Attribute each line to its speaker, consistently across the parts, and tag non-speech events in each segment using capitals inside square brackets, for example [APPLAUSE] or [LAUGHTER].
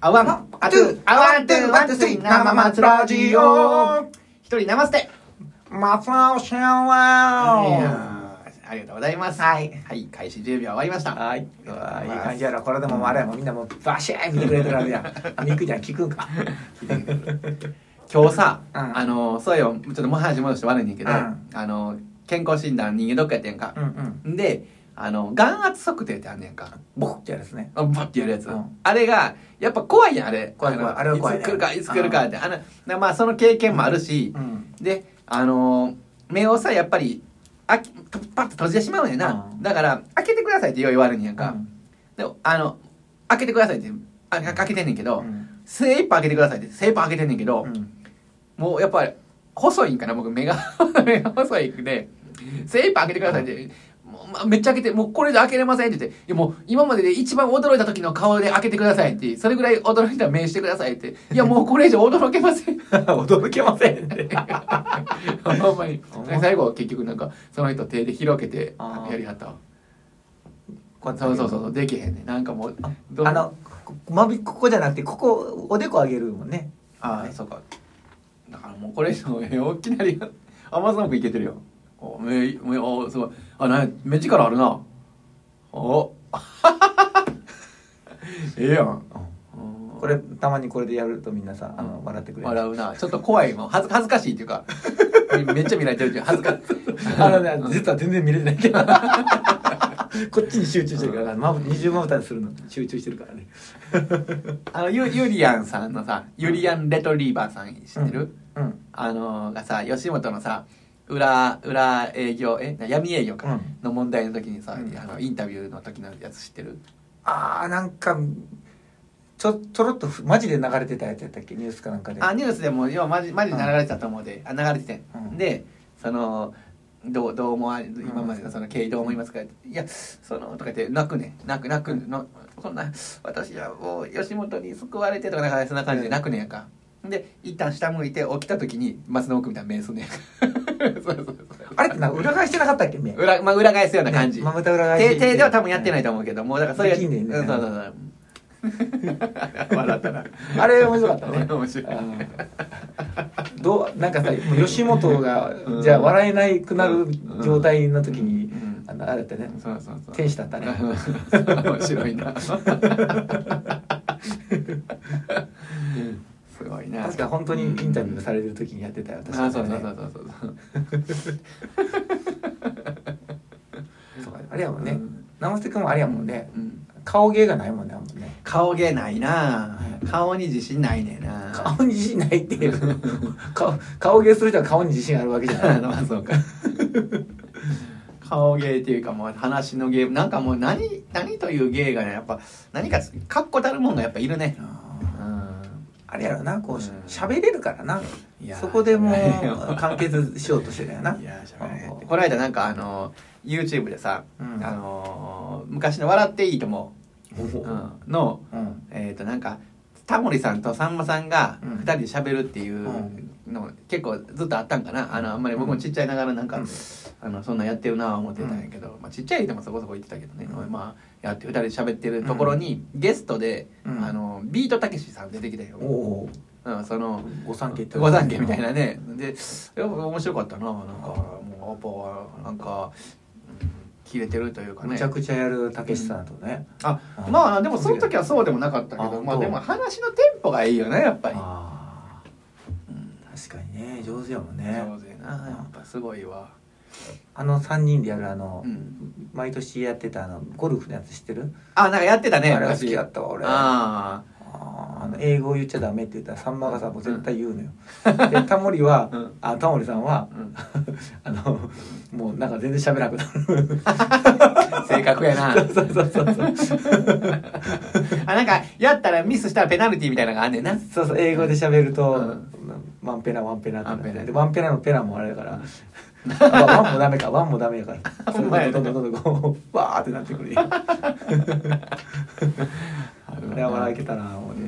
Speaker 1: あワン、あツー、あワン、ツー、ワン、ツー、スリー、生松ラジオ。一人生捨て。
Speaker 2: 松尾シャワ
Speaker 1: ありがとうございます。
Speaker 2: はい。
Speaker 1: はい、開始10秒終わりました。
Speaker 2: はい。うわいい感じやろ。これでもあれやもんみんなもうバシーン見てくれてるわけや。みくちゃん聞くんか。
Speaker 1: [LAUGHS] 今日さ、
Speaker 2: うん
Speaker 1: あの、そうよ、ちょっともう話戻して悪いねんけど、
Speaker 2: うん
Speaker 1: あの、健康診断人間ドックやってんか
Speaker 2: う。んうん。
Speaker 1: ん、で、あの、眼圧測定ってあんねんか。
Speaker 2: ボクってやるですね。
Speaker 1: あバッてやるやつ、
Speaker 2: うん
Speaker 1: あれがやっぱ怖いやんあれ
Speaker 2: 怖い怖いあれは怖いね
Speaker 1: つ来るかいつ来るかってあのなまあその経験もあるし
Speaker 2: う、ん。
Speaker 1: であのー目をさやっぱりあきパッと閉じてしまうねんな、
Speaker 2: うん
Speaker 1: だから開けてくださいってよう言われるんやんか、
Speaker 2: うん
Speaker 1: であの開けてくださいってあ開けてんねんけど、
Speaker 2: うん
Speaker 1: 精一杯開けてくださいって精一杯開けてんねんけど、
Speaker 2: うん
Speaker 1: もうやっぱり細いんかな僕目が [LAUGHS] 目が細いんで精一杯開けてくださいって、もうまあめっちゃ開けてもうこれで開けれませんって言っていやもう今までで一番驚いた時の顔で開けてくださいってそれぐらい驚いた目してくださいっていやもうこれ以上驚けません
Speaker 2: 驚けませんね。
Speaker 1: ほんまに
Speaker 2: ほん
Speaker 1: [LAUGHS]
Speaker 2: ま
Speaker 1: 最後結局なんかその人手で広げて
Speaker 2: あー
Speaker 1: やりはったわ
Speaker 2: こやって
Speaker 1: そうそうそうそうできへんねなんかもうどう
Speaker 2: あの、こまび、ここじゃなくて、ここ、おでこ上げるもんね。
Speaker 1: ああそうかだからもうこれ以上え大きなりがあんまくいけてるよおめめおすごいあな目力あるなお [LAUGHS] ええやん
Speaker 2: これ、たまにこれでやるとみんなさ、あの、笑ってくれる。
Speaker 1: 笑うなちょっと怖いもん恥ず恥ずかしいっていうかめっちゃ見られてるじゃん恥ずかしい
Speaker 2: あのね、実は全然見れてないけど。 [LAUGHS] こっちに集中してるから、まぶ二重まぶたにするの集中してるからね。
Speaker 1: あのゆゆりやんさんのさゆりやんレトリーバーさん知ってる、
Speaker 2: うん。
Speaker 1: あのがさ吉本のさ裏裏営業えな闇営業か、
Speaker 2: うん
Speaker 1: の問題の時にさ、
Speaker 2: うん
Speaker 1: あのインタビューの時のやつ知ってる
Speaker 2: ああ、なんか、ちょ、ちょろっとふ、マジで流れてたやつやったっけニュースかなんかで。
Speaker 1: あニュースでも要はマジマジで流れてたと思うで、あ流れてて、
Speaker 2: うん
Speaker 1: でそのどうどう思わ今まで
Speaker 2: う
Speaker 1: の
Speaker 2: ん
Speaker 1: その経緯どう思いますか、いやそのとか言って泣くね泣く泣くのこんな私はもう吉本に救われてとかなんかそんな感じで泣くねんやんか、で一旦下向いて起きた時に松の奥みたいな目すんねん [LAUGHS] そうそうそう
Speaker 2: あれってなんか裏返してなかったっけ目。
Speaker 1: 裏,、まあ、裏返すような感じ、
Speaker 2: ねまぶた裏返して
Speaker 1: 定。定では多分やってないと思うけど、もうだからそれが
Speaker 2: できんねんね
Speaker 1: うんそうそうそう笑ったな
Speaker 2: あれ面白かったね。
Speaker 1: 面白い
Speaker 2: うんどうなんかさもう吉本がじゃあ笑えないくなる状態の時に、
Speaker 1: うん
Speaker 2: あのあれだったね
Speaker 1: そうそうそう
Speaker 2: 天使だったね
Speaker 1: 面白いなすごいな
Speaker 2: 確か本当にインタビューされてる時にやってたよ確か
Speaker 1: あ
Speaker 2: に、
Speaker 1: そ
Speaker 2: ね、
Speaker 1: うそうそうそうそう
Speaker 2: そうあれやもんね、
Speaker 1: うん
Speaker 2: 直瀬君もあれやもんね
Speaker 1: うん
Speaker 2: 顔芸がないもんねあんまね
Speaker 1: 顔毛ないな顔に自信ないねんな
Speaker 2: 顔に自信ないっていう顔顔芸する人は顔に自信 [LAUGHS] あるわけじゃない
Speaker 1: まあそうか [LAUGHS] 顔芸っていうかもう話の芸なんかもう何何という芸がねやっぱ何か確固たるもんがやっぱいるねうん
Speaker 2: あれやろなこうし
Speaker 1: うん
Speaker 2: 喋れるからない
Speaker 1: やー
Speaker 2: そこでも
Speaker 1: しゃべれんよ
Speaker 2: う完結しようとしてたよない
Speaker 1: やーしゃべれんってこの間なんかあの YouTube でさ、
Speaker 2: うん
Speaker 1: あのー昔の「笑っていいとも」
Speaker 2: お
Speaker 1: う
Speaker 2: お
Speaker 1: んの
Speaker 2: うん
Speaker 1: えっ、となんかタモリさんとさんまさんが
Speaker 2: うん
Speaker 1: 2人で喋るっていうの、結構ずっとあったんかなあのあんまり僕もちっちゃいながらなんか、
Speaker 2: うん
Speaker 1: あのそんなんやってるなぁ思ってたんやけど、まあ、ちっちゃいでもそこそこ言ってたけどね、
Speaker 2: うん
Speaker 1: まあやって2人で喋ってるところに、ゲストで、
Speaker 2: うん
Speaker 1: あのビートたけしさん出てきたよ
Speaker 2: お、お
Speaker 1: うん、その
Speaker 2: ご三家って
Speaker 1: 五三家みたいなねでやっぱ面白かったななんかもうやっぱなんかうん切れてるというかね
Speaker 2: むちゃくちゃやるたけしさんとね、
Speaker 1: あ
Speaker 2: あ
Speaker 1: まあでもその時はそうでもなかったけ
Speaker 2: あ
Speaker 1: どまあ
Speaker 2: そう
Speaker 1: でも話のテンポがいいよねやっぱり
Speaker 2: ああ確かにね上手やもんね
Speaker 1: 上手やなやっぱすごいわ
Speaker 2: あの3人でやるあの、
Speaker 1: うん
Speaker 2: 毎年やってたあのゴルフのやつ知ってる
Speaker 1: あなんかやってたね
Speaker 2: あれが好
Speaker 1: 昔
Speaker 2: きだったわ俺あ
Speaker 1: あ
Speaker 2: ーあの英語言っちゃダメって言ったらさんまがさもう絶対言うのよ、でタモリは、
Speaker 1: うん
Speaker 2: あタモリさんは
Speaker 1: あ、うん、
Speaker 2: あのもうなんか全然喋らなくなる
Speaker 1: 正確やな
Speaker 2: [LAUGHS] そうそうそうそう
Speaker 1: あなんかやったらミスしたらペナルティみたいなのがあんねんな
Speaker 2: そうそう英語で喋ると、
Speaker 1: うん
Speaker 2: ワンペナワンペナってなって
Speaker 1: ワンペナ
Speaker 2: でワンペナのペナもあれだからあワンもダメかワンもダメやからそ
Speaker 1: ほんまや
Speaker 2: れ
Speaker 1: ね
Speaker 2: でどんどんどんどんこうわーってなってくるあれは笑いけたな思うて、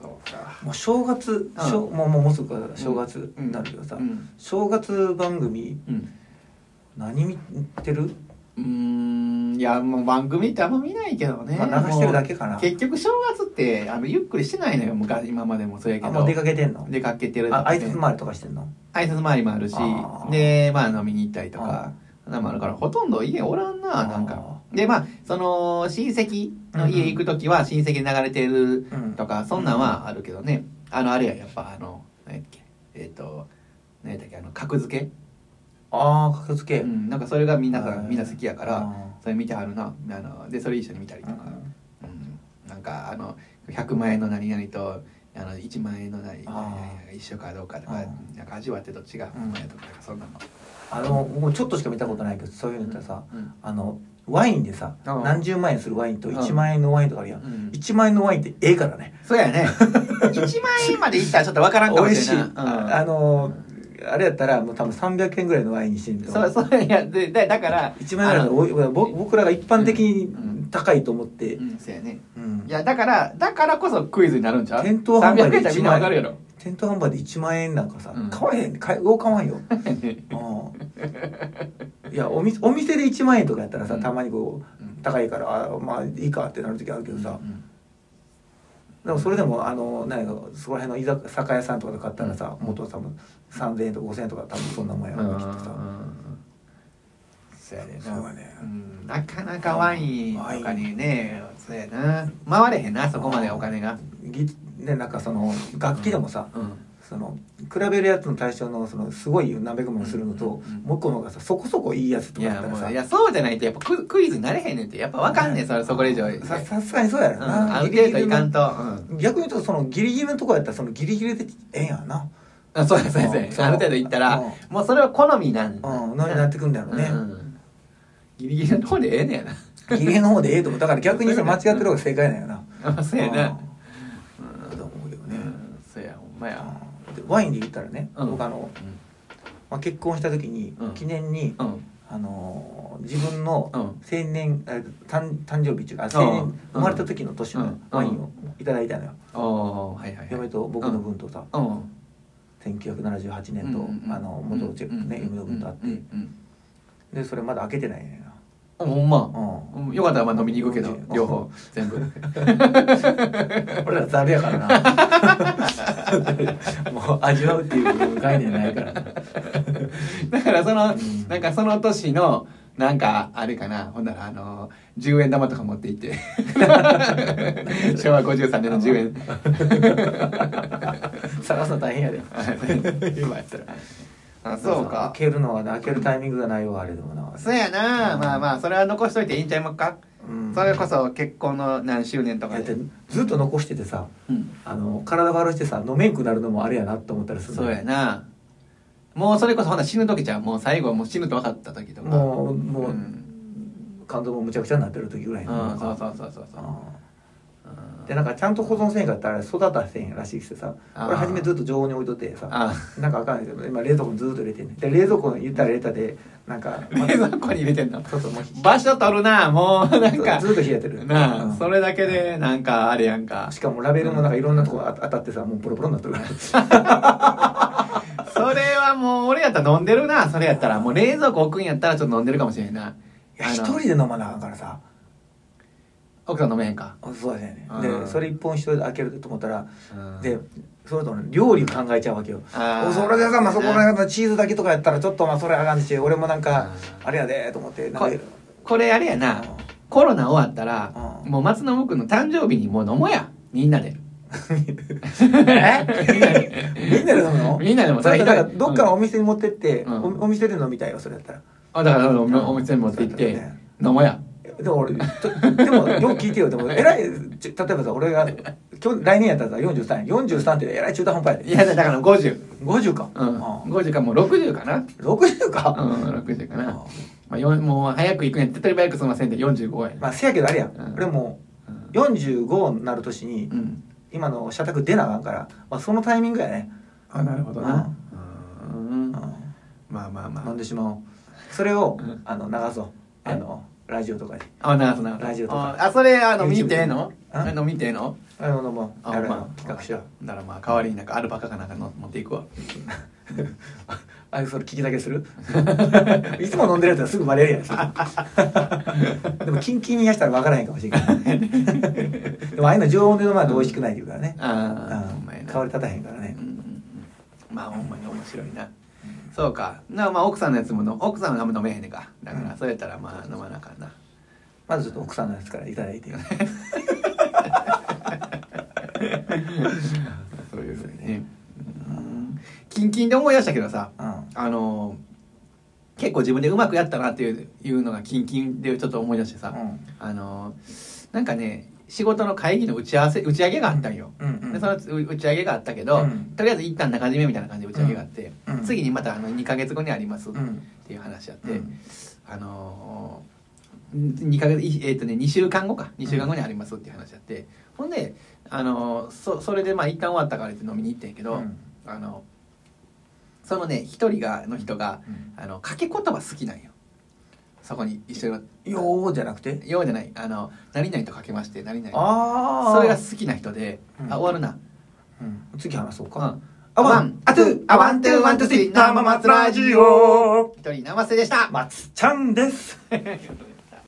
Speaker 1: そうか
Speaker 2: もう正月、
Speaker 1: うん
Speaker 2: しょもうもうもうすぐ正月になるけどさ、
Speaker 1: うん
Speaker 2: 正月番組
Speaker 1: うん
Speaker 2: 何見てる
Speaker 1: うーんうんいやもう番組ってあんま見ないけどね、
Speaker 2: まあ、流してるだけかな
Speaker 1: もう結局正月ってあのゆっくりしてないのよ昔今までもそうやけ
Speaker 2: あも
Speaker 1: ど
Speaker 2: う出かけてんの
Speaker 1: 出かけてると
Speaker 2: あ
Speaker 1: かね
Speaker 2: 挨拶回りとかしてんの
Speaker 1: 挨拶回りもあるし
Speaker 2: あー
Speaker 1: でまあ飲みに行ったりとかそんなんもあるからほとんど家おらんななんか
Speaker 2: か
Speaker 1: でまあその親戚の家行く時は親戚で流れてる
Speaker 2: うん
Speaker 1: とかそんなんはあるけどねあのあれややっぱあの何やっけえっ、と何やったっけあの格付け、
Speaker 2: ああ格付け
Speaker 1: うん、なんかそれがみんなが
Speaker 2: うん
Speaker 1: みんな好きやから
Speaker 2: あ
Speaker 1: それ見てはるなあのでそれ一緒に見たり
Speaker 2: ー
Speaker 1: とか、うん、なんかあの100万円の何々とあの1万円の何々
Speaker 2: あ
Speaker 1: が一緒かどうかとか
Speaker 2: う
Speaker 1: なんか味わってどっちがうまいとかなんかそんなの、
Speaker 2: あの僕もちょっとしか見たことないけどそういうのってさ
Speaker 1: うん
Speaker 2: あのワインでさ
Speaker 1: うん
Speaker 2: 何十万円するワインと
Speaker 1: うん
Speaker 2: 1万円のワインとかあるやん
Speaker 1: うん、
Speaker 2: 1万円のワインってええからね
Speaker 1: そうや
Speaker 2: [LAUGHS]
Speaker 1: ね1万円までいったらちょっとわからんかも
Speaker 2: 美味
Speaker 1: し
Speaker 2: しい
Speaker 1: れんない
Speaker 2: ああのーあれやったらもう多分300円ぐらいのワインにしてみると
Speaker 1: そうそういやでだだから、
Speaker 2: 1万円ぐらいのおいぼ僕らが一般的に高いと思って
Speaker 1: うん、そうやね
Speaker 2: うん
Speaker 1: いやだからだからこそクイズになるんちゃう
Speaker 2: 店頭販売
Speaker 1: 300
Speaker 2: で
Speaker 1: 円じゃみんなわかるやろ
Speaker 2: 店頭販売で1万円なんかさ
Speaker 1: うん
Speaker 2: 買わへん買え動か
Speaker 1: [LAUGHS]
Speaker 2: わんようんいやお店お店で1万円とかやったらさ
Speaker 1: うん
Speaker 2: たまにこう高いからあまあいいかってなる時あるけどさ
Speaker 1: うん
Speaker 2: でもそれでもあのなんやろそこら辺の居酒酒屋さんとかで買ったらさ
Speaker 1: うん
Speaker 2: 元さんも3000円とか5000円とか多分そんなもんやろうなきっとさ
Speaker 1: そうやねんな
Speaker 2: そうやね
Speaker 1: うんなかなかワインとかにねそうやな回れへんなそこまでお金が
Speaker 2: ぎねなんかその楽器でもさ
Speaker 1: うん
Speaker 2: その比べるやつの対象のそのすごい何百万するのと
Speaker 1: うん
Speaker 2: もう一個の方がさそこそこいいやつと
Speaker 1: い
Speaker 2: かや
Speaker 1: や
Speaker 2: ったら
Speaker 1: も
Speaker 2: さ
Speaker 1: ういやそうじゃないとやっぱククイズになれへんねんってやっぱわかんねんそれそこ以上うん
Speaker 2: ささすがにそうやろな、
Speaker 1: ある程度いかん
Speaker 2: ギ
Speaker 1: とうん
Speaker 2: リギリの逆に言うとそのギリギリのとこやったらそのギリギリでええんやな
Speaker 1: あそうやそうやそうや
Speaker 2: そう
Speaker 1: ある程度いったらもうそれは好みなん
Speaker 2: うん、うん、のになってくんだろうね、
Speaker 1: うんギリギリのとこでええねやな [LAUGHS]
Speaker 2: ギリギリの方でええと思うだから逆にそれ間違ってる方が正解なんやな
Speaker 1: あそうやな
Speaker 2: うんと思うけど
Speaker 1: う
Speaker 2: ね、
Speaker 1: んそうやほんまや
Speaker 2: うんでワインで言ったらね、
Speaker 1: うん
Speaker 2: 僕あの、まあ、結婚した時に、
Speaker 1: うん
Speaker 2: 記念に
Speaker 1: うんうん
Speaker 2: あのー自分の
Speaker 1: うん
Speaker 2: 生年あ誕誕生日っていうかあ
Speaker 1: ん
Speaker 2: 生年生まれた時の年
Speaker 1: う
Speaker 2: の
Speaker 1: ん
Speaker 2: ワインをいただいたのよ、
Speaker 1: おーはいはいはい
Speaker 2: 嫁と僕の分とさ、
Speaker 1: うん
Speaker 2: 1978年と、あの元チェックね、嫁の分とあって、
Speaker 1: うん
Speaker 2: でそれまだ開けてないねんな
Speaker 1: うんほんま
Speaker 2: う
Speaker 1: うんよかったらまあ飲みに行くけど
Speaker 2: うん
Speaker 1: 両方全部
Speaker 2: ん俺らザルやからな [LAUGHS] もう味わうっていう概念な
Speaker 1: [LAUGHS]
Speaker 2: いからな
Speaker 1: だからその
Speaker 2: うん
Speaker 1: なんかその年のなんかあれかなほんならあの10円玉とか持っていって昭和53年の10円
Speaker 2: 探すの大変やで今やったら
Speaker 1: あそう
Speaker 2: 開
Speaker 1: か
Speaker 2: けるのはな開けるタイミングがないわあれでもな
Speaker 1: そうやなまあまあそれは残しといていいんちゃいますか
Speaker 2: うん
Speaker 1: それこそ結婚の何周年と
Speaker 2: だ
Speaker 1: か
Speaker 2: って
Speaker 1: で
Speaker 2: ずっと残しててさ
Speaker 1: うん
Speaker 2: あの体悪してさ飲めんくなるのもあれやなと思ったりするの
Speaker 1: そうやなもうそれこそほんなら死ぬ時じゃんもう最後もう死ぬと分かった時とか
Speaker 2: もうもう、
Speaker 1: ん
Speaker 2: 肝臓もむちゃくちゃになってる時ぐらいの
Speaker 1: うんそう
Speaker 2: う
Speaker 1: そうそうそうそううん
Speaker 2: でなんかちゃんと保存せんかったらあれ育たせんらしいしてさ
Speaker 1: あー
Speaker 2: 俺初めずっと常温に置いとってさ
Speaker 1: あ
Speaker 2: なんかあかんけど今冷蔵庫にずっと入れてんねんで冷蔵庫に入れたら入れたでなんか
Speaker 1: [LAUGHS] 冷蔵庫に入れてんの
Speaker 2: そうそうもう
Speaker 1: 場所取るなもうなんか
Speaker 2: ずっと冷えてる
Speaker 1: なあ、
Speaker 2: うん
Speaker 1: それだけでなんかあれやんか
Speaker 2: しかもラベルもなんかいろんなとこあ当たってさもうボロボロになってるから
Speaker 1: それはもう俺やったら飲んでるなそれやったらもう冷蔵庫置くんやったらちょっと飲んでるかもしれんない
Speaker 2: や
Speaker 1: あの
Speaker 2: 一人で飲まなあかんからさ
Speaker 1: 奥さん飲めへんか、
Speaker 2: そうだよね
Speaker 1: うん
Speaker 2: でそれ一本一人で開けると思ったら
Speaker 1: うん
Speaker 2: でそれとね料理考えちゃうわけよ
Speaker 1: あー
Speaker 2: おそれでさまあそこら辺のチーズだけとかやったらちょっとまあそれあかんし俺もなんか
Speaker 1: う
Speaker 2: あれやでと思ってなんか
Speaker 1: ここれあれやなコロナ終わったら
Speaker 2: うん
Speaker 1: もう松信君の誕生日にもう飲もうやみんなで
Speaker 2: えみんなで飲む
Speaker 1: [LAUGHS]
Speaker 2: の
Speaker 1: みんなでも
Speaker 2: それだから
Speaker 1: 一人
Speaker 2: どっかのお店に持ってって
Speaker 1: うん
Speaker 2: おお店で飲みたいよそれやったら
Speaker 1: あだからおお店に持って行って飲もうや
Speaker 2: でも俺ちょ [LAUGHS] でもよく聞いてよでも偉いち例えばさ俺が今日来年やったらさ43や43って偉い中途半端や
Speaker 1: い
Speaker 2: で
Speaker 1: やだから50
Speaker 2: 50か
Speaker 1: うん
Speaker 2: あ
Speaker 1: 50かもう60かな
Speaker 2: あ60か
Speaker 1: うん60かな
Speaker 2: あ
Speaker 1: まあ、よんもう早く行くねん手っ取り早く済ませんで45や
Speaker 2: あ
Speaker 1: ね、
Speaker 2: まあせやけどあれや
Speaker 1: うん
Speaker 2: 俺も
Speaker 1: うん
Speaker 2: う45になる年に
Speaker 1: うん
Speaker 2: 今の社宅出なあかんから、まあ、そのタイミングやね、
Speaker 1: あなるほどなうん
Speaker 2: うん
Speaker 1: まあまあま
Speaker 2: 飲ん
Speaker 1: あ
Speaker 2: でしまおうそれを、
Speaker 1: うん
Speaker 2: あの流そう
Speaker 1: え
Speaker 2: あのラジオとかで
Speaker 1: あ、なるほどなるほど。
Speaker 2: ラジオとか
Speaker 1: あ、あそれ、あの、見てえの
Speaker 2: YouTube
Speaker 1: あの、見てえの
Speaker 2: あのもう
Speaker 1: あ、
Speaker 2: やる
Speaker 1: ま
Speaker 2: の
Speaker 1: あ、
Speaker 2: 企画しよう
Speaker 1: だからまあ、代わりになんかアルパカかなんかの持っていくわ。
Speaker 2: [LAUGHS] あれそれ聞きだけする [LAUGHS] いつも飲んでるやつはすぐバレるやんそれ [LAUGHS] でもキンキンに冷やしたら分からへんかもしれない
Speaker 1: [LAUGHS]
Speaker 2: でもああいうの常温で飲まないと美味しくないって言うからね、
Speaker 1: ああ、ほんまや
Speaker 2: うん
Speaker 1: な。
Speaker 2: 香り立たへんからね
Speaker 1: うんうんうんまあほんまに面白いな、そうかなまあ奥さんのやつもの奥さんはあんま飲めへんねんかだから、
Speaker 2: うん
Speaker 1: そうやったらまあ飲まなあかんな
Speaker 2: まずちょっと奥さんのやつからいただいて
Speaker 1: [LAUGHS] そういうふうに
Speaker 2: そうや
Speaker 1: ねキンキンで思い出したけどさ
Speaker 2: うん
Speaker 1: [LAUGHS] あのー結構自分でうまくやったなっていういうのがキンキンでちょっと思い出してさ、あのーなんかね仕事の会議の打ち合わせ打ち上げがあったんよ、
Speaker 2: うんうん
Speaker 1: でそのう打ち上げがあったけど、
Speaker 2: うん
Speaker 1: とりあえず一旦中締めみたいな感じで打ち上げがあって、
Speaker 2: うんうん
Speaker 1: 次にまたあの2か月後にありますっ
Speaker 2: うん
Speaker 1: ていう話あって、
Speaker 2: で
Speaker 1: あのー、2ヶ月いえっ、とね2週間後か2週間後にありますっていう話あって、ほんで、あのーそそれでまあ一旦終わったからって飲みに行ってんけど、
Speaker 2: うん
Speaker 1: あのそのね一人がの人があの掛け言葉好きなんよそこに一緒に
Speaker 2: 「よー」じゃなくて
Speaker 1: ようじゃないあの何々とかけまして何々
Speaker 2: ああ
Speaker 1: それが好きな人で、
Speaker 2: うん
Speaker 1: あ終わるな、
Speaker 2: うん次話そう
Speaker 1: う
Speaker 2: か
Speaker 1: ん、
Speaker 2: あ
Speaker 1: ワ
Speaker 2: ワ
Speaker 1: ン
Speaker 2: ンあトゥあワントゥーワントゥースリー生松ラジオ
Speaker 1: 一人生瀬でした
Speaker 2: 松ちゃんです
Speaker 1: えっとね